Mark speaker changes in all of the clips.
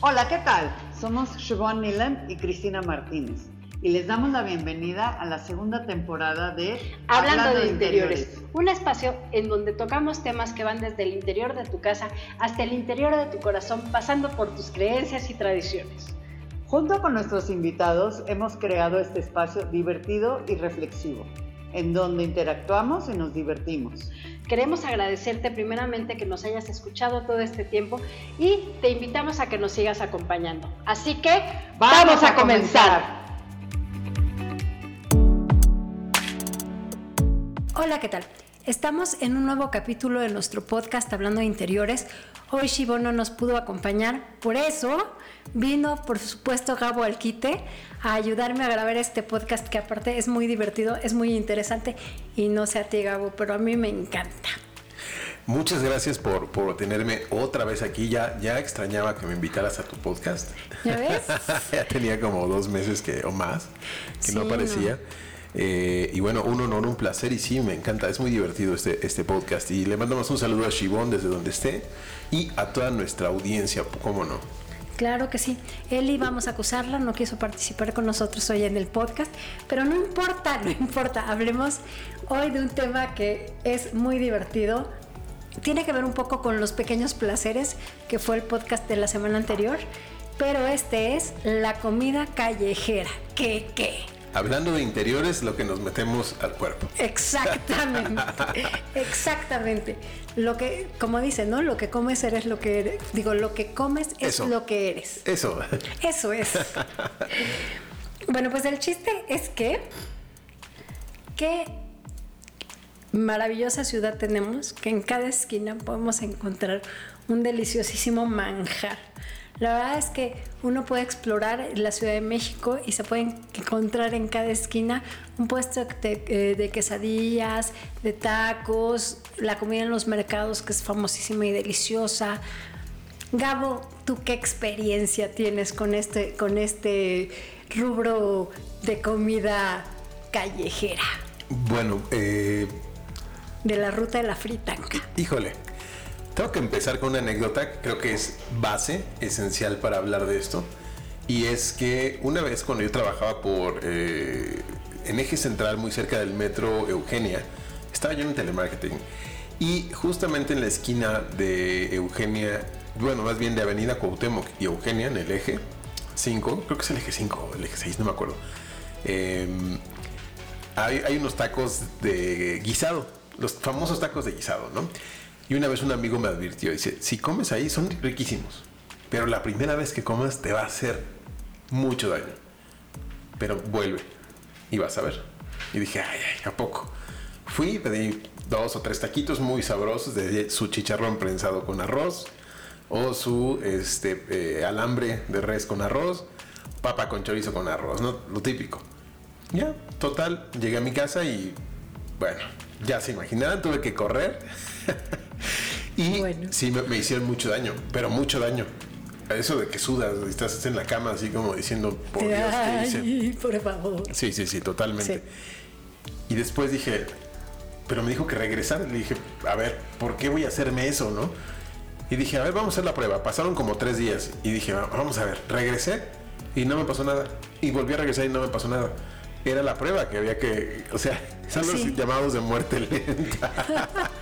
Speaker 1: Hola, ¿qué tal? Somos Siobhan Milan y Cristina Martínez y les damos la bienvenida a la segunda temporada de
Speaker 2: Hablando, Hablando de, interiores, interiores, un espacio en donde tocamos temas que van desde el interior de tu casa hasta el interior de tu corazón, pasando por tus creencias y tradiciones.
Speaker 1: Junto con nuestros invitados hemos creado este espacio divertido y reflexivo, en donde interactuamos y nos divertimos.
Speaker 2: Queremos agradecerte primeramente que nos hayas escuchado todo este tiempo y te invitamos a que nos sigas acompañando. Así que
Speaker 1: vamos, vamos a, comenzar. comenzar.
Speaker 3: Hola, ¿qué tal? Estamos en un nuevo capítulo de nuestro podcast Hablando de Interiores. Hoy Shibo no nos pudo acompañar, por eso vino, por supuesto, Gabo Alquite a ayudarme a grabar este podcast que aparte es muy divertido, es muy interesante y no sé a ti, Gabo, pero a mí me encanta.
Speaker 4: Muchas gracias por, por tenerme otra vez aquí. Ya, ya extrañaba que me invitaras a tu podcast.
Speaker 3: ¿Ya ves?
Speaker 4: ya tenía como dos meses que, o más que sí, no aparecía. No. Eh, y bueno, un honor, un placer y sí, me encanta, es muy divertido este, este podcast. Y le mandamos un saludo a Shibón desde donde esté y a toda nuestra audiencia, ¿cómo no?
Speaker 3: Claro que sí. Eli, vamos a acusarla, no quiso participar con nosotros hoy en el podcast, pero no importa, no importa. Hablemos hoy de un tema que es muy divertido. Tiene que ver un poco con los pequeños placeres, que fue el podcast de la semana anterior, pero este es la comida callejera. ¿Qué, qué?
Speaker 4: Hablando de interiores, lo que nos metemos al cuerpo.
Speaker 3: Exactamente, exactamente. Lo que, como dicen, ¿no? Lo que comes eres lo que eres. Digo, lo que comes es
Speaker 4: Eso.
Speaker 3: lo que eres.
Speaker 4: Eso.
Speaker 3: Eso es. bueno, pues el chiste es que qué maravillosa ciudad tenemos, que en cada esquina podemos encontrar un deliciosísimo manjar. La verdad es que uno puede explorar la Ciudad de México y se pueden encontrar en cada esquina un puesto de, eh, de, quesadillas, de tacos, la comida en los mercados que es famosísima y deliciosa. Gabo, ¿tú qué experiencia tienes con este, con este rubro de comida callejera?
Speaker 4: Bueno, eh...
Speaker 3: de la ruta de la fritanca.
Speaker 4: Híjole, tengo que empezar con una anécdota, creo que es base, esencial para hablar de esto. Y es que una vez cuando yo trabajaba por eh, en eje central muy cerca del metro Eugenia, estaba yo en telemarketing. Y justamente en la esquina de Eugenia, bueno, más bien de Avenida Cuauhtémoc y Eugenia, en el eje 5, creo que es el eje 5 el eje 6, no me acuerdo. Eh, hay, hay unos tacos de guisado, los famosos tacos de guisado, ¿no? Y una vez un amigo me advirtió, dice, si comes ahí son riquísimos, pero la primera vez que comas te va a hacer mucho daño. Pero vuelve y vas a ver. Y dije, ay, ay, ¿a poco? Fui, pedí dos o tres taquitos muy sabrosos de su chicharrón prensado con arroz o su este, eh, alambre de res con arroz, papa con chorizo con arroz, ¿no? Lo típico. Ya, total, llegué a mi casa y bueno, ya se imaginarán, tuve que correr. Y bueno. sí, me, me, hicieron mucho daño, pero mucho daño. Eso de que sudas, estás en la cama así como diciendo, por Dios,
Speaker 3: Ay, ¿qué hice? por favor.
Speaker 4: Sí, sí, sí, totalmente. Sí. Y después dije, pero me dijo que regresar. Le dije, a ver, ¿por qué voy a hacerme eso, no? Y dije, a ver, vamos a hacer la prueba. Pasaron como tres días y dije, vamos a ver, regresé y no me pasó nada. Y volví a regresar y no me pasó nada era la prueba que había que, o sea, son los sí. llamados de muerte lenta.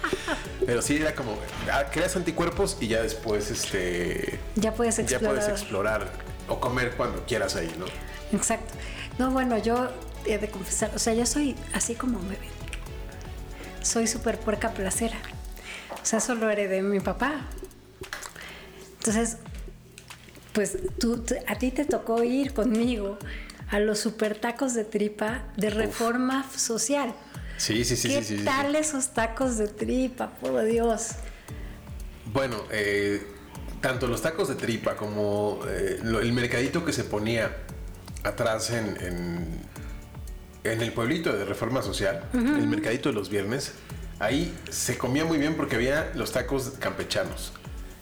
Speaker 4: Pero sí era como ah, creas anticuerpos y ya después este
Speaker 3: ya puedes explorar.
Speaker 4: Ya puedes explorar o comer cuando quieras ahí, ¿no?
Speaker 3: Exacto. No, bueno, yo he de confesar, o sea, yo soy así como me ven. Soy súper puerca placera. O sea, eso lo heredé de mi papá. Entonces, pues tú, a ti te tocó ir conmigo a los super tacos de tripa de reforma Uf. social.
Speaker 4: Sí, sí, sí.
Speaker 3: ¿Qué
Speaker 4: sí, sí,
Speaker 3: tal
Speaker 4: sí.
Speaker 3: esos tacos de tripa, por Dios?
Speaker 4: Bueno, eh, tanto los tacos de tripa como eh, lo, el mercadito que se ponía atrás en, en, en el pueblito de reforma social, uh -huh. el mercadito de los viernes, ahí se comía muy bien porque había los tacos campechanos.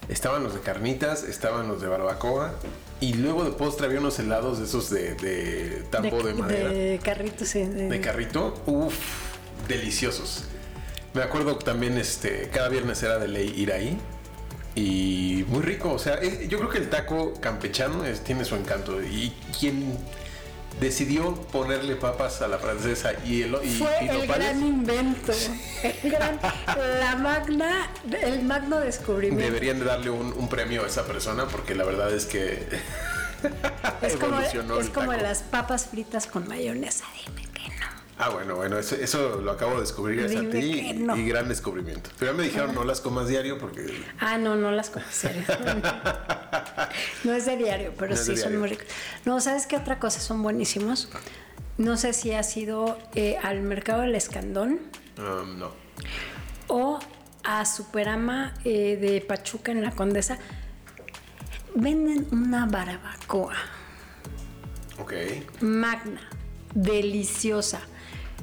Speaker 4: Estaban los de carnitas, estaban los de barbacoa, y luego de postre había unos helados de esos de, de tambo de, de, madera.
Speaker 3: De carrito, sí.
Speaker 4: De, de carrito. Uf, deliciosos. Me acuerdo que también este, cada viernes era de ley ir ahí. y muy rico. O sea, es- yo creo que el taco campechano es- tiene su encanto. Y quien decidió ponerle papas a la francesa y, el, y,
Speaker 3: Fue
Speaker 4: y
Speaker 3: el
Speaker 4: nopales,
Speaker 3: gran invento, el gran- la magna, el magno descubrimiento.
Speaker 4: deberían de darle un, un premio a esa persona porque la verdad es que
Speaker 3: es como,
Speaker 4: evolucionó
Speaker 3: es
Speaker 4: el
Speaker 3: como
Speaker 4: taco.
Speaker 3: las papas fritas con mayonesa, dime que no.
Speaker 4: Ah, bueno, bueno, eso, eso lo acabo de descubrir gracias
Speaker 3: Dime
Speaker 4: a ti
Speaker 3: que
Speaker 4: y,
Speaker 3: no.
Speaker 4: y gran descubrimiento. Pero ya me dijeron no las comas diario porque
Speaker 3: Ah, no, no las conocía. no es de diario,
Speaker 4: No
Speaker 3: pero
Speaker 4: es
Speaker 3: sí
Speaker 4: de
Speaker 3: son
Speaker 4: diario. Ah.
Speaker 3: muy ricos. No, ¿sabes qué otra cosa son buenísimos? No sé si has ido eh, al mercado del Escandón
Speaker 4: um, no.
Speaker 3: o a Superama eh, de Pachuca en la Condesa. Venden una barbacoa.
Speaker 4: Ok.
Speaker 3: magna, deliciosa,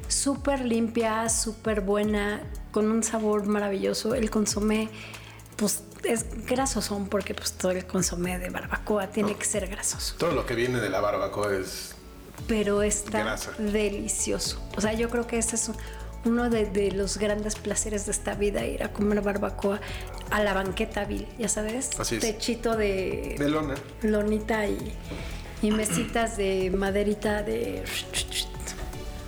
Speaker 3: súper limpia, súper buena, con un sabor maravilloso. El consomé, pues es grasosón porque pues todo el consomé de barbacoa
Speaker 4: Oh.
Speaker 3: tiene que ser grasoso,
Speaker 4: Todo lo que viene de la barbacoa es
Speaker 3: pero está
Speaker 4: Grasa.
Speaker 3: delicioso. O sea, yo creo que ese es un- uno de, de los grandes placeres de esta vida, ir a comer barbacoa a la banqueta vil, ya sabes,
Speaker 4: Así es.
Speaker 3: techito de,
Speaker 4: de lona.
Speaker 3: lonita y, y mesitas de maderita de...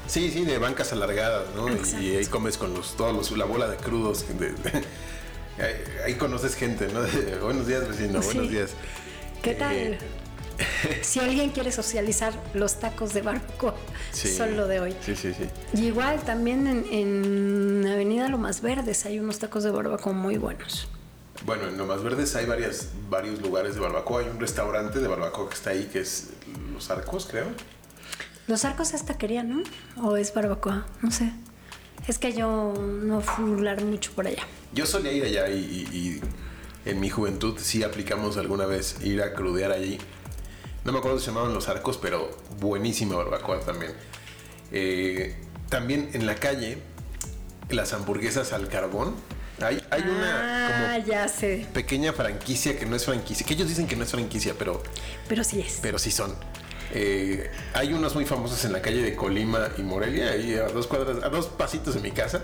Speaker 4: Sí, sí, de bancas alargadas, ¿no? Y, y ahí
Speaker 3: Exacto.
Speaker 4: comes con los, todos los, la bola de crudos. de- de- ahí, ahí conoces gente, ¿no? De, buenos días, vecino,
Speaker 3: Sí.
Speaker 4: buenos días.
Speaker 3: ¿Qué
Speaker 4: Eh,
Speaker 3: tal? Si alguien quiere socializar, los tacos de barco
Speaker 4: sí.
Speaker 3: son lo de hoy.
Speaker 4: Sí, sí, sí.
Speaker 3: Y igual también en, en Avenida Lo Más Verdes hay unos tacos de barbacoa muy buenos.
Speaker 4: Bueno, en Lomas Verdes hay varias, varios lugares de barbacoa. Hay un restaurante de barbacoa que está ahí, que es Los Arcos, creo.
Speaker 3: Los arcos es taquería, ¿no? ¿O es barbacoa? No sé. Es que yo no fui a hablar mucho por allá.
Speaker 4: Yo solía ir allá y, y- y en mi juventud sí aplicamos alguna vez ir a crudear allí. No me acuerdo si se llamaban los arcos, pero buenísima barbacoa también. Eh, también en la calle, las hamburguesas al carbón. Hay, hay
Speaker 3: ah,
Speaker 4: una como
Speaker 3: ya sé.
Speaker 4: pequeña franquicia que no es franquicia, que ellos dicen que no es franquicia, pero,
Speaker 3: Pero sí es.
Speaker 4: pero sí son. Eh, hay unas muy famosas en la calle de Colima y Morelia, ahí a dos cuadras, a dos pasitos de mi casa,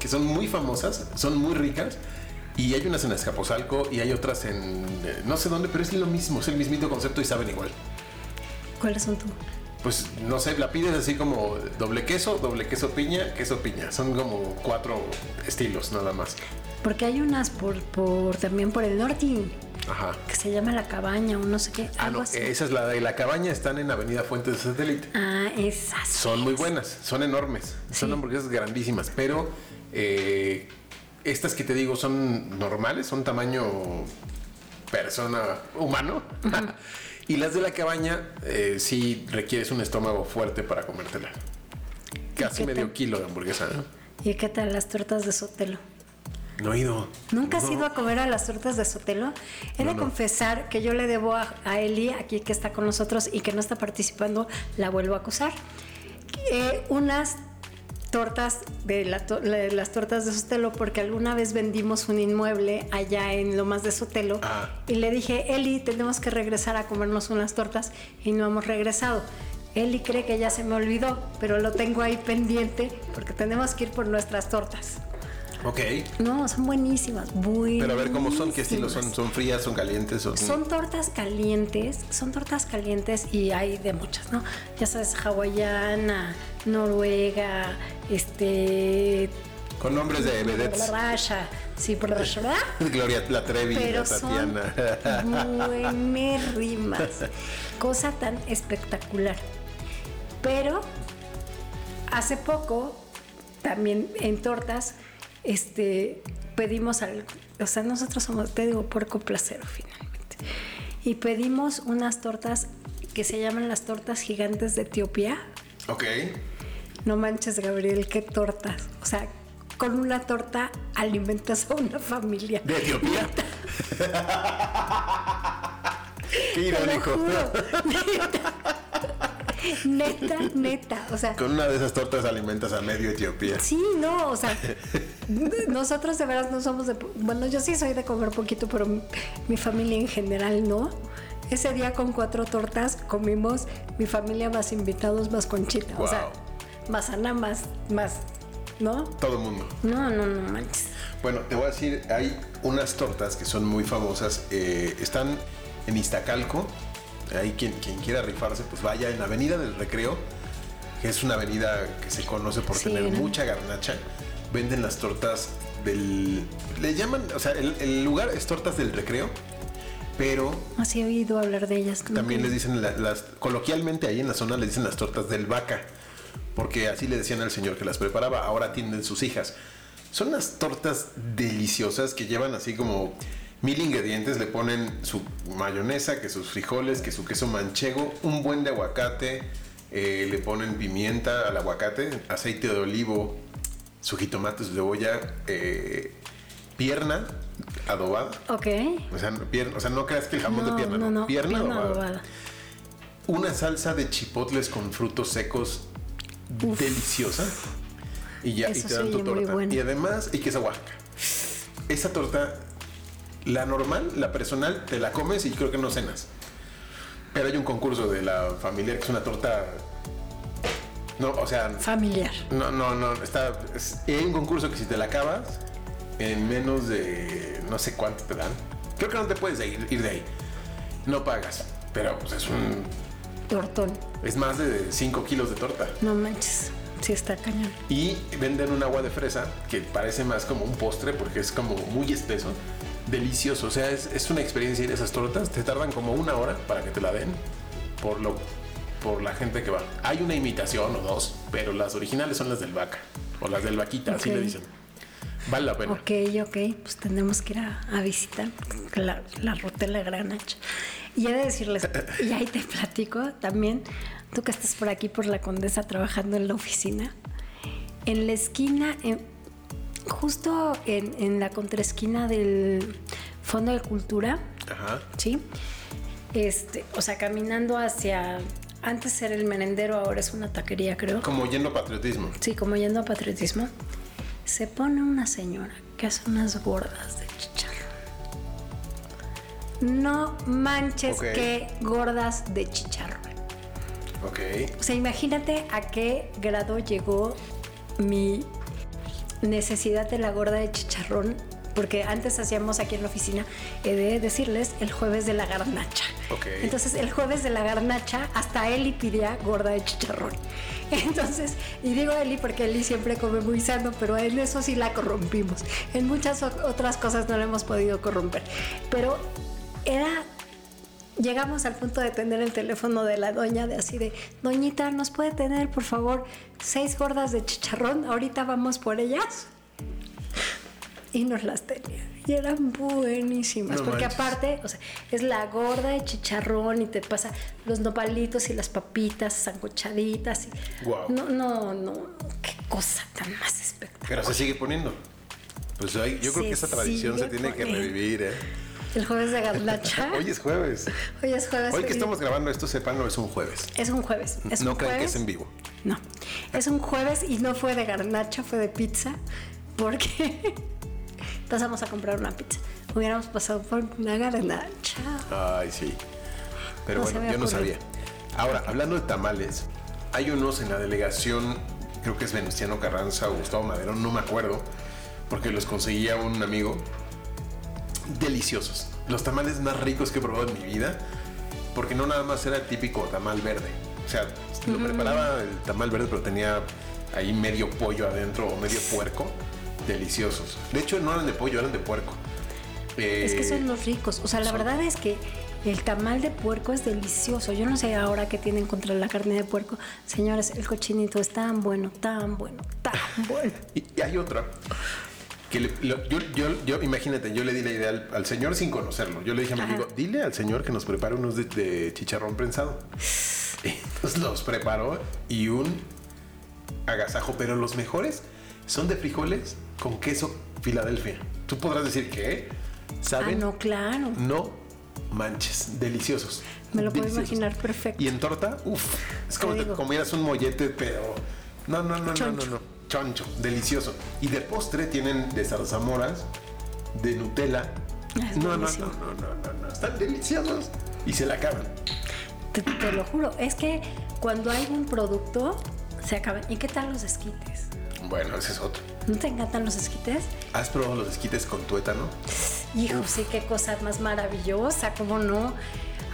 Speaker 4: que son muy famosas, son muy ricas. Y hay unas en Escapozalco y hay otras en eh, no sé dónde, pero es lo mismo, es el mismito concepto y saben igual.
Speaker 3: ¿Cuáles son tú?
Speaker 4: Pues no sé, la pides así como doble queso, doble queso piña, queso piña. Son como cuatro estilos nada más.
Speaker 3: Porque hay unas por, por también por el norte
Speaker 4: Ajá.
Speaker 3: que se llama La Cabaña o no sé qué.
Speaker 4: Ah,
Speaker 3: algo
Speaker 4: no,
Speaker 3: así.
Speaker 4: esa es la de la cabaña, están en Avenida Fuentes de Satélite.
Speaker 3: Ah, esas.
Speaker 4: Son muy buenas, son enormes, son
Speaker 3: Sí.
Speaker 4: hamburguesas grandísimas, pero eh, estas que te digo son normales, son tamaño persona humano. y las de la cabaña eh, sí requieres un estómago fuerte para comértela. Casi
Speaker 3: qué
Speaker 4: medio
Speaker 3: tal?
Speaker 4: kilo de hamburguesa. ¿no?
Speaker 3: ¿Y qué tal las tortas de Sotelo?
Speaker 4: No he ido.
Speaker 3: ¿Nunca has
Speaker 4: No.
Speaker 3: ido a comer a las tortas de Sotelo? He de
Speaker 4: No, no.
Speaker 3: confesar que yo le debo a, a Eli, aquí que está con nosotros y que no está participando, la vuelvo a acusar. eh, unas tortas de la to- la- las tortas de Sotelo, porque alguna vez vendimos un inmueble allá en Lomas de Sotelo
Speaker 4: Ah.
Speaker 3: y le dije, Eli, tenemos que regresar a comernos unas tortas y no hemos regresado. Eli cree que ya se me olvidó, pero lo tengo ahí pendiente porque tenemos que ir por nuestras tortas.
Speaker 4: Ok.
Speaker 3: No, son buenísimas, buenísimas.
Speaker 4: Pero a ver cómo son, qué estilo son, son frías, son calientes, son.
Speaker 3: Son tortas calientes, son tortas calientes y hay de muchas, ¿no? Ya sabes, hawaiana, noruega, este...
Speaker 4: con nombres de vedettes.
Speaker 3: Rasha, sí, por Rasha,
Speaker 4: Gloria La Trevi,
Speaker 3: Pero son
Speaker 4: Tatiana.
Speaker 3: buenérrimas. Cosa tan espectacular. Pero hace poco, también en tortas, este, pedimos algo. O sea, nosotros somos, te digo, puerco placero finalmente. Y pedimos unas tortas que se llaman las tortas gigantes de Etiopía.
Speaker 4: ok.
Speaker 3: No manches, Gabriel, qué tortas. O sea, con una torta alimentas a una familia.
Speaker 4: ¿De Etiopía? Qué
Speaker 3: Te lo
Speaker 4: irónico.
Speaker 3: juro, Neta, neta, neta. O sea,
Speaker 4: Con una de esas tortas alimentas a medio Etiopía.
Speaker 3: sí, no, o sea, nosotros de veras no somos de. po- Bueno, yo sí soy de comer poquito, pero mi, mi familia en general no. Ese día con cuatro tortas comimos mi familia más invitados, más conchita. O sea,
Speaker 4: Guau.
Speaker 3: más Ana, más, más, ¿no?
Speaker 4: Todo el mundo.
Speaker 3: No, no, no manches.
Speaker 4: Bueno, te voy a decir, hay unas tortas que son muy famosas. eh, están en Iztacalco. Ahí quien, quien quiera rifarse, pues vaya en la Avenida del Recreo, que es una avenida que se conoce por
Speaker 3: Sí,
Speaker 4: tener
Speaker 3: ¿no?
Speaker 4: mucha garnacha. Venden las tortas del... Le llaman, o sea, el, el lugar es tortas del Recreo, pero
Speaker 3: Así he oído hablar de ellas. como
Speaker 4: también
Speaker 3: que-
Speaker 4: les dicen la- las... Coloquialmente ahí en la zona les dicen las tortas del vaca, porque así le decían al señor que las preparaba, ahora atienden sus hijas. Son unas tortas deliciosas que llevan así como mil ingredientes. Le ponen su mayonesa, que sus frijoles, que su queso manchego, un buen de aguacate. eh, le ponen pimienta al aguacate, aceite de olivo, su jitomate, su cebolla, eh, pierna adobada.
Speaker 3: Ok.
Speaker 4: O sea, pierna, o sea, no creas que el jamón de pierna, no, Pierna, adobada.
Speaker 3: adobada.
Speaker 4: Una salsa de chipotles con frutos secos
Speaker 3: Uf.
Speaker 4: deliciosa. Y ya, y
Speaker 3: Eso
Speaker 4: te
Speaker 3: se
Speaker 4: dan tu
Speaker 3: oye muy
Speaker 4: torta.
Speaker 3: bueno.
Speaker 4: Y además, y queso Oaxaca. Esa torta, la normal, la personal, te la comes y creo que no cenas. Pero hay un concurso de la familiar que es una torta. No, o sea,
Speaker 3: Familiar.
Speaker 4: no, no, no. Está, es- hay un concurso que si te la acabas, en menos de no sé cuánto te dan. Creo que no te puedes ir, ir de ahí. No pagas. Pero pues, es un.
Speaker 3: Tortón.
Speaker 4: Es más de 5 kilos de torta.
Speaker 3: No manches. Sí está cañón.
Speaker 4: Y venden un agua de fresa que parece más como un postre porque es como muy espeso. Delicioso. O sea, es, es una experiencia ir a esas tortas. Te tardan como una hora para que te la den por, lo, por la gente que va. Hay una imitación o dos, pero las originales son las del vaca o las del vaquita, así
Speaker 3: Ok.
Speaker 4: le dicen. Vale la pena.
Speaker 3: Ok, ok, pues tendremos que ir a, a visitar la, la ruta de la Gran Hacha. Y he de decirles, y ahí te platico también, tú que estás por aquí por la Condesa trabajando en la oficina, en la esquina, en- justo en, en la contraesquina del Fondo de Cultura,
Speaker 4: Ajá.
Speaker 3: ¿sí? Este, o sea, caminando hacia, antes era el merendero, ahora es una taquería, creo.
Speaker 4: Como yendo a patriotismo.
Speaker 3: Sí, como yendo a patriotismo, se pone una señora que hace unas gordas de chicharrón. No manches
Speaker 4: Ok.
Speaker 3: qué gordas de chicharrón.
Speaker 4: Ok.
Speaker 3: O sea, imagínate a qué grado llegó mi necesidad de la gorda de chicharrón, porque antes hacíamos aquí en la oficina, he de decirles, el jueves de la garnacha.
Speaker 4: Ok.
Speaker 3: Entonces, el jueves de la garnacha, hasta Eli pidía gorda de chicharrón. Entonces, y digo Eli porque Eli siempre come muy sano, pero en eso sí la corrompimos. En muchas o- otras cosas no la hemos podido corromper. Pero era Llegamos al punto de tener el teléfono de la doña de así de, doñita, ¿nos puede tener por favor seis gordas de chicharrón? Ahorita vamos por ellas. Y nos las tenía. Y eran buenísimas.
Speaker 4: No
Speaker 3: porque
Speaker 4: manches.
Speaker 3: aparte, o sea, es la gorda de chicharrón y te pasa los nopalitos y las papitas sancochaditas. Y...
Speaker 4: Guau.
Speaker 3: No, no, no. Qué cosa tan más espectacular.
Speaker 4: Pero se sigue poniendo. Pues hay- yo creo
Speaker 3: Se
Speaker 4: que esa tradición se
Speaker 3: sigue
Speaker 4: tiene que
Speaker 3: poniendo. Ah.
Speaker 4: revivir. ¿eh?
Speaker 3: El jueves de garnacha.
Speaker 4: Hoy es jueves.
Speaker 3: Hoy es jueves.
Speaker 4: Hoy que
Speaker 3: y-
Speaker 4: estamos grabando esto, sepanlo, es un jueves.
Speaker 3: Es un jueves. Es
Speaker 4: no
Speaker 3: un
Speaker 4: crean que
Speaker 3: jueves.
Speaker 4: es en vivo.
Speaker 3: No, es un jueves y no fue de garnacha, fue de pizza, porque pasamos a comprar una pizza. Hubiéramos pasado por una garnacha.
Speaker 4: Ay, sí. Pero
Speaker 3: No se
Speaker 4: bueno,
Speaker 3: me
Speaker 4: yo no
Speaker 3: ocurrió.
Speaker 4: sabía. Ahora, hablando de tamales, hay unos en la delegación, creo que es Venustiano Carranza o Gustavo Madero, no me acuerdo, porque los conseguía un amigo. Deliciosos. Los tamales más ricos que he probado en mi vida, porque no nada más era el típico tamal verde. O sea, lo preparaba el tamal verde, pero tenía ahí medio pollo adentro o medio puerco. Deliciosos. De hecho, no eran de pollo, eran de puerco.
Speaker 3: Es que
Speaker 4: Eh,
Speaker 3: son los ricos. O sea, la
Speaker 4: son-
Speaker 3: verdad es que el tamal de puerco es delicioso. Yo no sé ahora qué tienen contra la carne de puerco. Señores, el cochinito es tan bueno, tan bueno, tan bueno.
Speaker 4: Y, y hay otra que le- lo- yo, yo- yo- imagínate, yo le di la idea al, al señor sin conocerlo. Yo le dije a mi
Speaker 3: Ajá.
Speaker 4: amigo, dile al señor que nos prepare unos de, de chicharrón prensado. Entonces los preparó y un agasajo, pero los mejores son de frijoles con queso Filadelfia. Tú podrás decir que
Speaker 3: Ah,
Speaker 4: saben,
Speaker 3: no, claro.
Speaker 4: no manches, deliciosos.
Speaker 3: Me lo puedo
Speaker 4: Deliciosos.
Speaker 3: imaginar perfecto.
Speaker 4: Y en torta, uff, es como
Speaker 3: Te
Speaker 4: si
Speaker 3: digo.
Speaker 4: comieras un mollete, pero. No, no, no, no, no,
Speaker 3: Choncho.
Speaker 4: no. Choncho, delicioso. Y de postre tienen de zarzamoras, de Nutella.
Speaker 3: Ah, es
Speaker 4: No, no, no,
Speaker 3: buenísimo.
Speaker 4: no, no, no, no. Están deliciosos. Y se la acaban.
Speaker 3: Te, te lo juro. Es que cuando hay un producto, se acaban. ¿Y qué tal los esquites?
Speaker 4: Bueno, ese es otro.
Speaker 3: ¿No te encantan los esquites?
Speaker 4: ¿Has probado los esquites con tuétano?
Speaker 3: Hijo, sí, qué cosa más maravillosa, ¿cómo no?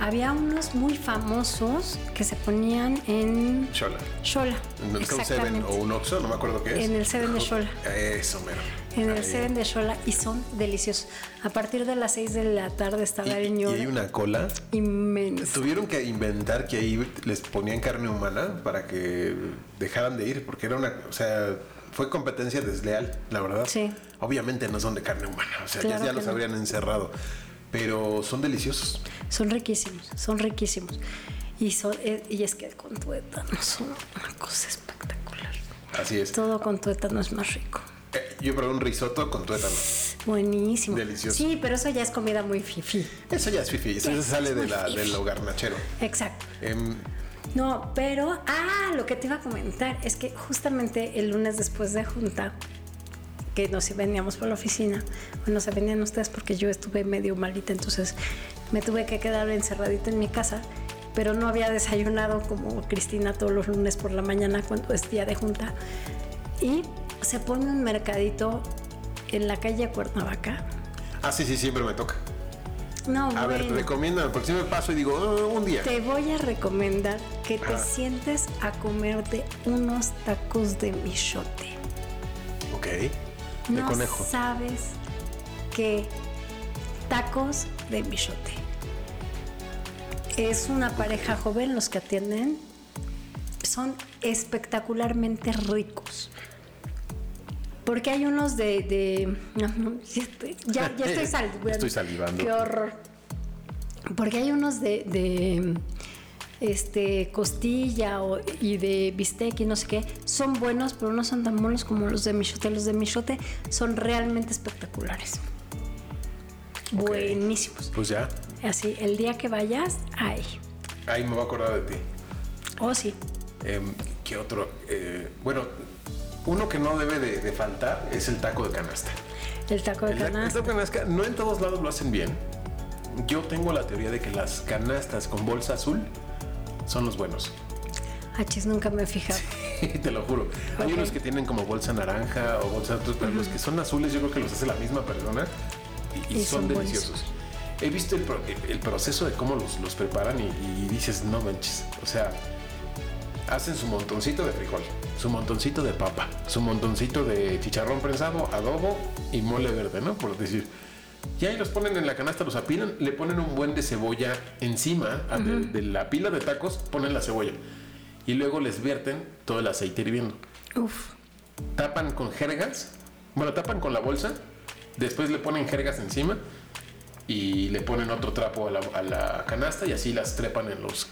Speaker 3: Había unos muy famosos que se ponían en
Speaker 4: Chola.
Speaker 3: Shola.
Speaker 4: En el Town Seven o un Oxxo, no me acuerdo qué es.
Speaker 3: En el Seven de Xola.
Speaker 4: Eso, mero.
Speaker 3: En
Speaker 4: Ahí.
Speaker 3: el Seven de Shola y son deliciosos. A partir de las 6 de la tarde
Speaker 4: Y-
Speaker 3: estaba el
Speaker 4: y, y hay
Speaker 3: ñor
Speaker 4: una cola.
Speaker 3: inmenso.
Speaker 4: Tuvieron que inventar que ahí les ponían carne humana para que dejaran de ir, porque era una, o sea, fue competencia desleal, la verdad.
Speaker 3: Sí.
Speaker 4: Obviamente no son de carne humana, o sea, ya-
Speaker 3: Claro
Speaker 4: ya,
Speaker 3: que
Speaker 4: los
Speaker 3: no.
Speaker 4: habrían encerrado, pero son deliciosos.
Speaker 3: Son riquísimos, son riquísimos. Y, son- eh, y es que con tuétano son una cosa espectacular.
Speaker 4: Así es.
Speaker 3: Todo con tuétano es más rico.
Speaker 4: Eh, yo probé un risotto con tuétano.
Speaker 3: Buenísimo.
Speaker 4: Delicioso.
Speaker 3: Sí, pero eso ya es comida muy fifi.
Speaker 4: Eso ya es fifi, eso ya sale de la,
Speaker 3: fifi.
Speaker 4: del hogar nachero.
Speaker 3: Exacto.
Speaker 4: Em,
Speaker 3: No, pero, ah, lo que te iba a comentar es que justamente el lunes después de junta, que nos veníamos por la oficina, bueno, se venían ustedes porque yo estuve medio malita, entonces me tuve que quedar encerradita en mi casa, pero no había desayunado como Cristina todos los lunes por la mañana cuando es día de junta. Y se pone un mercadito en la calle Cuernavaca.
Speaker 4: ah, sí, sí, siempre me toca.
Speaker 3: No,
Speaker 4: A ver,
Speaker 3: bueno.
Speaker 4: recomiéndame, porque si me paso y digo, "Oh, un día.
Speaker 3: Te voy a recomendar que te
Speaker 4: Ah.
Speaker 3: sientes a comerte unos tacos de michote.
Speaker 4: Ok, de
Speaker 3: No
Speaker 4: conejo.
Speaker 3: sabes qué tacos de michote. Es una pareja joven los que atienden. Son espectacularmente ricos. Porque hay unos de... de- no, no, ya estoy, ya- ya estoy salivando.
Speaker 4: Estoy salivando.
Speaker 3: Qué horror. Porque hay unos de, de, este, costilla o- y de bistec y no sé qué. Son buenos, pero no son tan buenos como los de Michote. Los de Michote son realmente espectaculares. Buenísimos.
Speaker 4: Pues ya,
Speaker 3: Así, el día que vayas, ay.
Speaker 4: ahí me voy a acordar de ti.
Speaker 3: Oh, sí.
Speaker 4: Em, ¿Qué otro? Eh, bueno, uno que no debe de, de faltar es el taco de canasta.
Speaker 3: El taco de
Speaker 4: El, ta- el
Speaker 3: canasta.
Speaker 4: taco de canasta no en todos lados lo hacen bien. Yo tengo la teoría de que las canastas con bolsa azul son los buenos.
Speaker 3: Achis, Ah, nunca me he fijado.
Speaker 4: Te lo juro. Hay
Speaker 3: Ok.
Speaker 4: unos que tienen como bolsa naranja o bolsa azul, pero los que son azules yo creo que los hace la misma persona y, y
Speaker 3: Y
Speaker 4: son,
Speaker 3: son buenos.
Speaker 4: deliciosos. He visto el, pro- el- el proceso de cómo los, los preparan y, y dices, no manches, o sea, hacen su montoncito de frijol, su montoncito de papa, su montoncito de chicharrón prensado, adobo y mole verde, ¿no? Por decir. Y ahí los ponen en la canasta, los apilan, le ponen un buen de cebolla encima a- de- de la pila de tacos, ponen la cebolla y luego les vierten todo el aceite hirviendo.
Speaker 3: Uf.
Speaker 4: Tapan con jergas, bueno, tapan con la bolsa, después le ponen jergas encima y le ponen otro trapo a la, a la canasta y así las trepan en los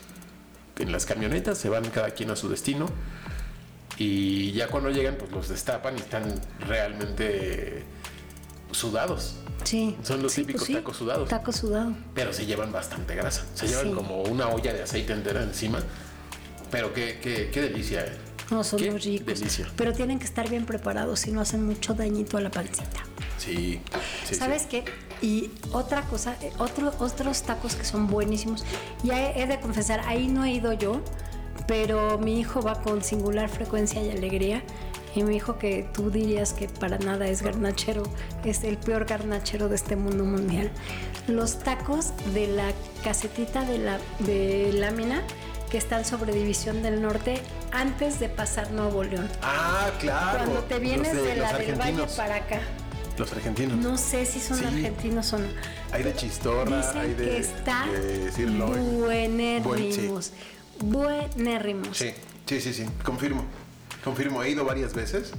Speaker 4: en las camionetas, se van cada quien a su destino y ya cuando llegan pues los destapan y están realmente sudados,
Speaker 3: Sí.
Speaker 4: Son los
Speaker 3: Sí, pues
Speaker 4: típicos
Speaker 3: sí.
Speaker 4: tacos sudados.
Speaker 3: Taco sudado.
Speaker 4: pero se llevan bastante grasa, se llevan
Speaker 3: Sí.
Speaker 4: como una olla de aceite entera encima, pero qué, qué, qué delicia, ¿eh?
Speaker 3: No, son
Speaker 4: Qué
Speaker 3: muy ricos.
Speaker 4: delicia.
Speaker 3: Pero tienen que estar bien preparados, si no hacen mucho dañito a la pancita.
Speaker 4: Sí, sí, sí.
Speaker 3: ¿Sabes qué? Y otra cosa, eh, otro- otros tacos que son buenísimos. Ya he, he de confesar, ahí no he ido yo, pero mi hijo va con singular frecuencia y alegría. Y me dijo que tú dirías que para nada es garnachero, es el peor garnachero de este mundo mundial. Los tacos de la casetita de, la, de lámina que están sobre División del Norte antes de pasar Nuevo León.
Speaker 4: Ah, claro.
Speaker 3: Cuando te
Speaker 4: Los
Speaker 3: vienes de, la
Speaker 4: los
Speaker 3: del Valle
Speaker 4: argentinos.
Speaker 3: para acá.
Speaker 4: Los argentinos.
Speaker 3: No sé si son
Speaker 4: Sí.
Speaker 3: argentinos o no.
Speaker 4: Hay de chistorra,
Speaker 3: Dicen
Speaker 4: hay de.
Speaker 3: que está
Speaker 4: de sirloin. Buen-
Speaker 3: buenérrimos.
Speaker 4: sí.
Speaker 3: Buenérrimos.
Speaker 4: Sí, sí, sí, sí. Confirmo. Confirmo. He ido varias veces.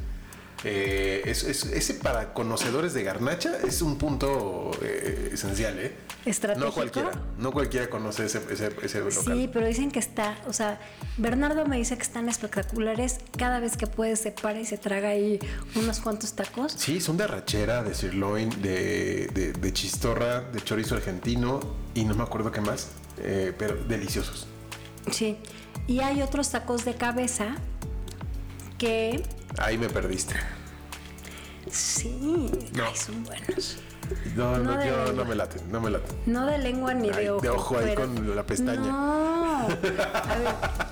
Speaker 4: Eh, es- es- ese para conocedores de garnacha es un punto eh, esencial, ¿eh?
Speaker 3: ¿Estratégico?
Speaker 4: No cualquiera. No cualquiera conoce ese, ese, ese local.
Speaker 3: Sí, pero dicen que está, o sea, Bernardo me dice que están espectaculares. Cada vez que puede se para y se traga ahí unos cuantos tacos.
Speaker 4: Sí, son de arrachera, de sirloin, de, de- de chistorra, de chorizo argentino y no me acuerdo qué más, eh, pero deliciosos.
Speaker 3: Sí. Y hay otros tacos de cabeza que
Speaker 4: Ahí me perdiste.
Speaker 3: sí,
Speaker 4: No.
Speaker 3: ay, son buenos.
Speaker 4: No, no,
Speaker 3: No de
Speaker 4: yo no
Speaker 3: lengua.
Speaker 4: me late, no me late.
Speaker 3: No de lengua ni
Speaker 4: Ay,
Speaker 3: de ojo.
Speaker 4: de ojo ahí
Speaker 3: pero-
Speaker 4: con la pestaña.
Speaker 3: No. A ver,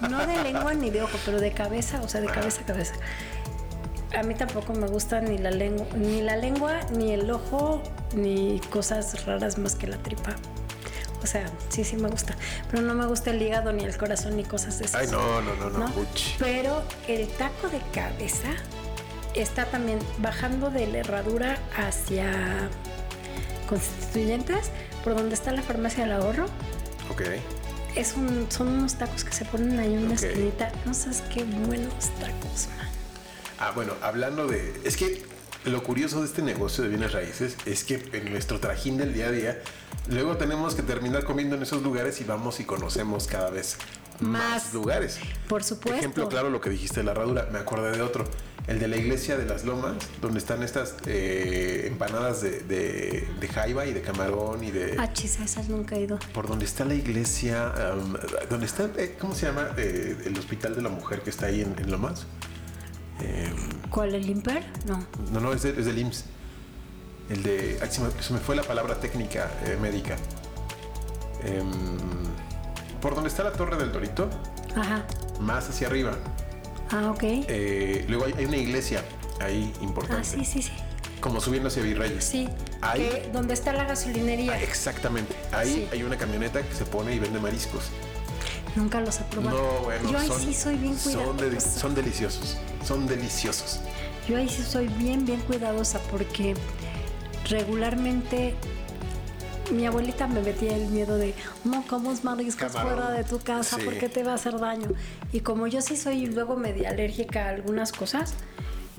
Speaker 3: no de lengua ni de ojo, pero de cabeza, o sea, de cabeza a cabeza. a mí tampoco me gusta ni la lengua, ni la lengua, ni el ojo, ni cosas raras más que la tripa. O sea, sí, sí me gusta. Pero no me gusta el hígado, ni el corazón, ni cosas de esas.
Speaker 4: Ay, no, no, no, no.
Speaker 3: ¿no?
Speaker 4: uch.
Speaker 3: Pero el taco de cabeza está también bajando de la herradura hacia Constituyentes, por donde está la farmacia del ahorro.
Speaker 4: Ok.
Speaker 3: Es un, son unos tacos que se ponen ahí en una
Speaker 4: Ok.
Speaker 3: esquinita. No sabes qué buenos tacos, man.
Speaker 4: Ah, bueno, hablando de. Es que lo curioso de este negocio de bienes raíces es que en nuestro trajín del día a día, luego tenemos que terminar comiendo en esos lugares y vamos y conocemos cada vez más,
Speaker 3: Más.
Speaker 4: lugares.
Speaker 3: Por supuesto.
Speaker 4: Ejemplo, claro, lo que dijiste de la herradura. Me acordé de otro. El de la iglesia de las lomas, donde están estas eh, empanadas de, de, de jaiba y de camarón y de.
Speaker 3: Ah, chis, a esas nunca he ido.
Speaker 4: Por donde está la iglesia, um, donde está, eh, ¿cómo se llama? Eh, el hospital de la mujer que está ahí en, en Lomas. Em,
Speaker 3: ¿Cuál, el Imper? No.
Speaker 4: no, no, es, de- es del IMSS. El de. ay, se, me, se me fue la palabra técnica eh, médica. Em, por donde está la Torre del Dorito,
Speaker 3: Ajá.
Speaker 4: más hacia arriba.
Speaker 3: Ah, ok.
Speaker 4: Eh, luego hay, hay una iglesia ahí importante.
Speaker 3: ah, sí, sí, sí.
Speaker 4: Como subiendo hacia Virreyes.
Speaker 3: Sí.
Speaker 4: Ahí.
Speaker 3: que- donde está la gasolinería.
Speaker 4: Ah, exactamente. Ahí
Speaker 3: Sí.
Speaker 4: hay una camioneta que se pone y vende mariscos.
Speaker 3: Nunca los he probado.
Speaker 4: No, bueno,
Speaker 3: Yo ahí
Speaker 4: son,
Speaker 3: sí soy bien
Speaker 4: son, de-
Speaker 3: cuidadosa.
Speaker 4: son deliciosos. Son deliciosos.
Speaker 3: Yo ahí sí soy bien, bien cuidadosa porque regularmente mi abuelita me metía el miedo de no comas mariscos
Speaker 4: Camarón.
Speaker 3: fuera de tu casa
Speaker 4: Sí.
Speaker 3: porque te va a hacer daño. Y como yo sí soy luego media alérgica a algunas cosas,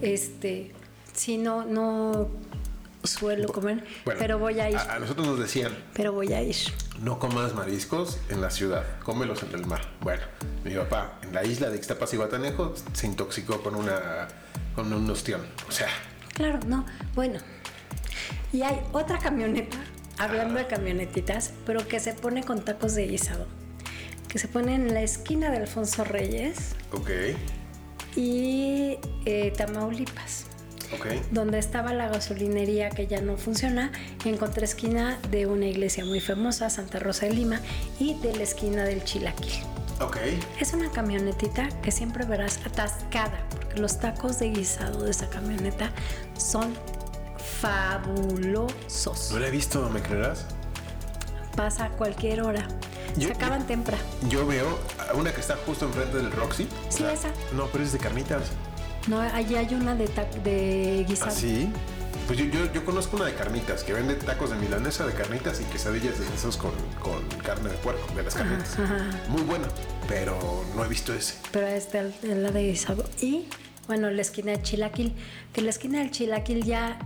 Speaker 3: este, sí, no, no suelo comer,
Speaker 4: Bueno,
Speaker 3: pero voy a ir.
Speaker 4: A, a nosotros nos decían,
Speaker 3: Pero voy a ir.
Speaker 4: no comas mariscos en la ciudad, cómelos en el mar. Bueno, mi papá en la isla de Ixtapas y Guatanejo se intoxicó con una con un ostión. O sea,
Speaker 3: Claro, no. Bueno. Y hay otra camioneta, hablando de camionetitas, pero que se pone con tacos de guisado. Que se pone en la esquina de Alfonso Reyes
Speaker 4: ok,
Speaker 3: y eh, Tamaulipas,
Speaker 4: ok.
Speaker 3: donde estaba la gasolinería que ya no funciona, y en contraesquina de una iglesia muy famosa, Santa Rosa de Lima, y de la esquina del Chilaquil.
Speaker 4: Ok,
Speaker 3: Es una camionetita que siempre verás atascada, porque los tacos de guisado de esa camioneta son fabulosos.
Speaker 4: no la he visto, ¿me creerás?
Speaker 3: Pasa a cualquier hora.
Speaker 4: Yo-
Speaker 3: Se acaban temprano.
Speaker 4: Yo veo a una que está justo enfrente del Roxy. O
Speaker 3: Sí,
Speaker 4: sea,
Speaker 3: esa.
Speaker 4: No, pero es de carnitas.
Speaker 3: No, allí hay una de, ta- de guisado.
Speaker 4: Así. Pues yo, yo, yo conozco una de carnitas que vende tacos de milanesa de carnitas y quesadillas de esos con, con carne de puerco, de las carnitas.
Speaker 3: Ajá.
Speaker 4: Muy buena, pero no he visto ese.
Speaker 3: Pero esta es la de guisado. Y bueno, la esquina de Chilaquil, que la esquina del Chilaquil ya,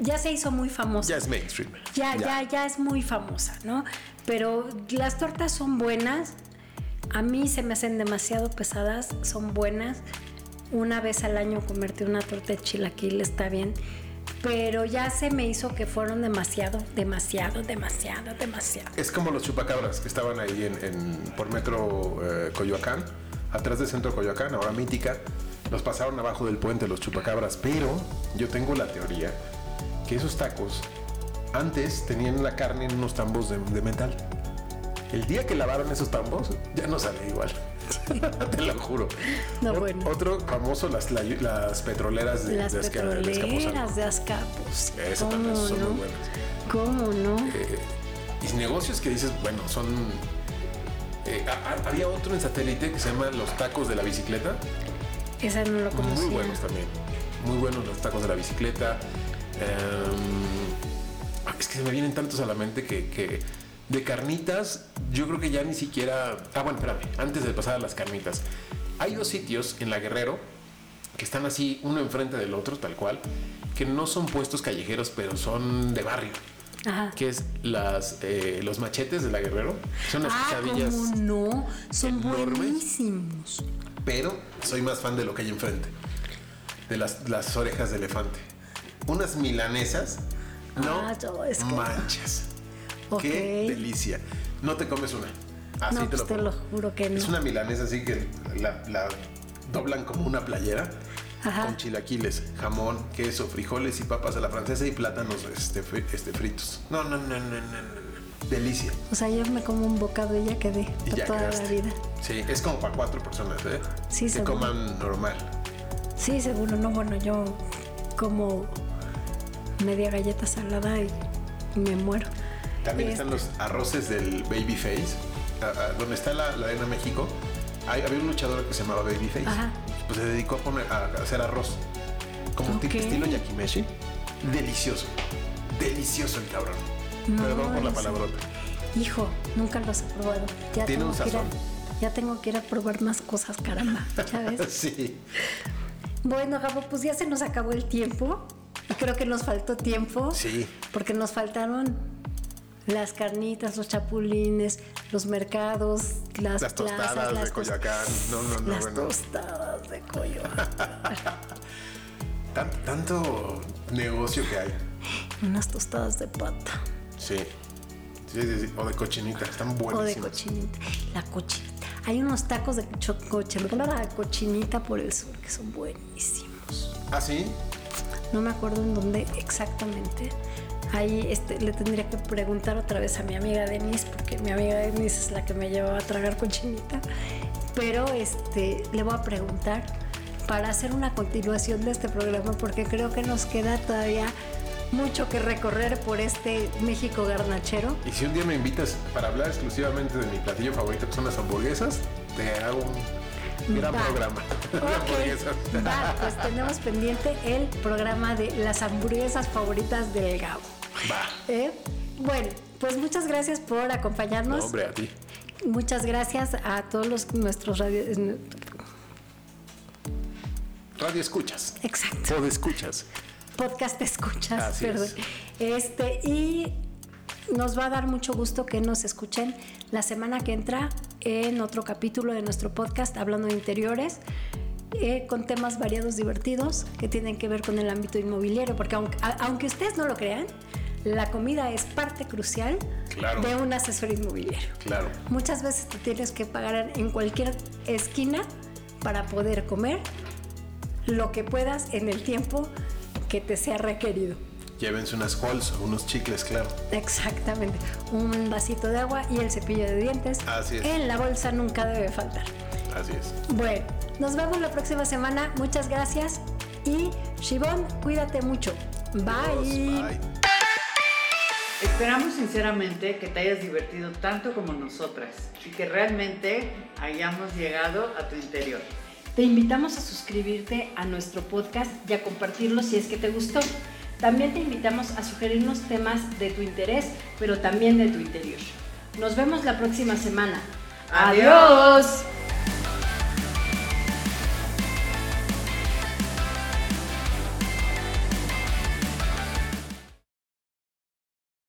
Speaker 3: ya se hizo muy famosa.
Speaker 4: Ya es mainstream.
Speaker 3: ya, ya, ya es muy famosa, ¿no? Pero las tortas son buenas. A mí se me hacen demasiado pesadas, son buenas. Una vez al año comerte una torta de chilaquil está bien. Pero ya se me hizo que fueron demasiado, demasiado, demasiado, demasiado.
Speaker 4: Es como los chupacabras que estaban ahí en, en- por metro eh, Coyoacán, atrás del centro Coyoacán, ahora mítica. Los pasaron abajo del puente los chupacabras, pero yo tengo la teoría que esos tacos antes tenían la carne en unos tambos de, de metal. El día que lavaron esos tambos ya no sale igual. Te lo juro.
Speaker 3: No,
Speaker 4: Ot-
Speaker 3: bueno.
Speaker 4: Otro famoso, las, la- las petroleras de,
Speaker 3: Las
Speaker 4: de Azca- de Azcapotzalco.
Speaker 3: petroleras de Azcapos.
Speaker 4: Esas
Speaker 3: ¿Cómo
Speaker 4: también son muy Eh,
Speaker 3: no?
Speaker 4: buenas.
Speaker 3: ¿Cómo no?
Speaker 4: y negocios que dices, bueno, son... eh, a- a- había otro en satélite que se llama los tacos de la bicicleta.
Speaker 3: Esa no lo conocía.
Speaker 4: Muy buenos también. Muy buenos los tacos de la bicicleta. Em, es que se me vienen tantos a la mente que, que de carnitas yo creo que ya ni siquiera... Ah, bueno, espérame. Antes de pasar a las carnitas. Hay dos sitios en La Guerrero que están así uno enfrente del otro, tal cual, que no son puestos callejeros, pero son de barrio
Speaker 3: Ajá.
Speaker 4: que es las, eh, los machetes de la Guerrero. Son las
Speaker 3: Ah,
Speaker 4: quesadillas,
Speaker 3: ¿cómo no? Son
Speaker 4: enormes.
Speaker 3: buenísimos.
Speaker 4: pero soy más fan de lo que hay enfrente. De las, las orejas de elefante. Unas milanesas, no
Speaker 3: Ah, yo, es que-
Speaker 4: manches.
Speaker 3: Ok.
Speaker 4: Qué delicia. No te comes una. Así
Speaker 3: no,
Speaker 4: Ah, te,
Speaker 3: pues
Speaker 4: lo
Speaker 3: te
Speaker 4: pongo.
Speaker 3: lo juro que no.
Speaker 4: Es una milanesa así que la, la doblan como una playera.
Speaker 3: Ajá.
Speaker 4: Con chilaquiles, jamón, queso, frijoles y papas a la francesa y plátanos este, fri- este, fritos. No, no, no, no, no, no. Delicia.
Speaker 3: O sea, yo me como un bocado y ya quedé
Speaker 4: Y
Speaker 3: para
Speaker 4: ya
Speaker 3: toda
Speaker 4: quedaste.
Speaker 3: la vida.
Speaker 4: Sí, es como para cuatro personas, ¿eh?
Speaker 3: Sí,
Speaker 4: que
Speaker 3: seguro.
Speaker 4: coman normal.
Speaker 3: Sí, seguro, no, bueno, yo como media galleta salada y me muero.
Speaker 4: También están los arroces del Babyface. Ah, ah, donde está la, la Arena México, hay- había un luchador que se llamaba Babyface.
Speaker 3: Ajá.
Speaker 4: Pues se dedicó a, poner- a hacer arroz. Como un tipo
Speaker 3: Ok.
Speaker 4: estilo yakimeshi. Delicioso. Delicioso el cabrón.
Speaker 3: No,
Speaker 4: Perdón por la
Speaker 3: no sé.
Speaker 4: palabrota.
Speaker 3: Hijo, nunca los he probado. Ya
Speaker 4: Tiene
Speaker 3: tengo
Speaker 4: un
Speaker 3: que ir a-
Speaker 4: sazón.
Speaker 3: ya tengo que ir a probar más cosas, caramba. ¿Ya ves?
Speaker 4: Sí.
Speaker 3: Bueno, Gabo, pues ya se nos acabó el tiempo. Y creo que nos faltó tiempo.
Speaker 4: Sí.
Speaker 3: Porque nos faltaron las carnitas, los chapulines, los mercados, las,
Speaker 4: Las
Speaker 3: plazas,
Speaker 4: tostadas de
Speaker 3: las cos-
Speaker 4: Coyoacán. No, no, no,
Speaker 3: Las
Speaker 4: bueno.
Speaker 3: tostadas de Coyoacán.
Speaker 4: Tan- tanto negocio que hay.
Speaker 3: Unas tostadas de pata
Speaker 4: Sí. Sí, sí, sí. O de cochinita. Están
Speaker 3: o de
Speaker 4: buenísimas.
Speaker 3: cochinita. La cochinita. Hay unos tacos de cho- cochinita, cochinita por el sur que son buenísimos.
Speaker 4: ah, sí.
Speaker 3: No me acuerdo en dónde exactamente. Ahí este, le tendría que preguntar otra vez a mi amiga Denise, porque mi amiga Denise es la que me llevaba a tragar cochinita. Pero este, le voy a preguntar para hacer una continuación de este programa, porque creo que nos queda todavía mucho que recorrer por este México garnachero.
Speaker 4: Y si un día me invitas para hablar exclusivamente de mi platillo favorito, que son las hamburguesas, te hago un gran
Speaker 3: Va.
Speaker 4: programa. de hamburguesas.
Speaker 3: Ok, va, pues tenemos pendiente el programa de las hamburguesas favoritas del Gabo.
Speaker 4: Va.
Speaker 3: ¿eh? Bueno, pues muchas gracias por
Speaker 4: No,
Speaker 3: acompañarnos.
Speaker 4: hombre, a ti.
Speaker 3: Muchas gracias a todos los, nuestros radio...
Speaker 4: Radio escuchas.
Speaker 3: Exacto.
Speaker 4: O de escuchas.
Speaker 3: Podcast escuchas,
Speaker 4: Así
Speaker 3: perdón.
Speaker 4: es.
Speaker 3: Este, y nos va a dar mucho gusto que nos escuchen la semana que entra en otro capítulo de nuestro podcast Hablando de Interiores. eh, con temas variados divertidos que tienen que ver con el ámbito inmobiliario, porque aunque, a- aunque ustedes no lo crean, la comida es parte crucial
Speaker 4: Claro.
Speaker 3: de un asesor inmobiliario.
Speaker 4: Claro.
Speaker 3: Muchas veces te tienes que pagar en cualquier esquina para poder comer lo que puedas en el tiempo que te sea requerido.
Speaker 4: Llévense unas halls o unos chicles, claro.
Speaker 3: Exactamente. Un vasito de agua y el cepillo de dientes.
Speaker 4: Así es.
Speaker 3: En la bolsa nunca debe faltar.
Speaker 4: Así es.
Speaker 3: Bueno, nos vemos la próxima semana. Muchas gracias. Y Shivon, cuídate mucho.
Speaker 4: Adiós,
Speaker 3: Bye.
Speaker 1: Esperamos sinceramente que te hayas divertido tanto como nosotras y que realmente hayamos llegado a tu interior.
Speaker 2: Te invitamos a suscribirte a nuestro podcast y a compartirlo si es que te gustó. También te invitamos a sugerirnos temas de tu interés, pero también de tu interior. Nos vemos la próxima semana.
Speaker 1: ¡Adiós!
Speaker 2: ¡Adiós!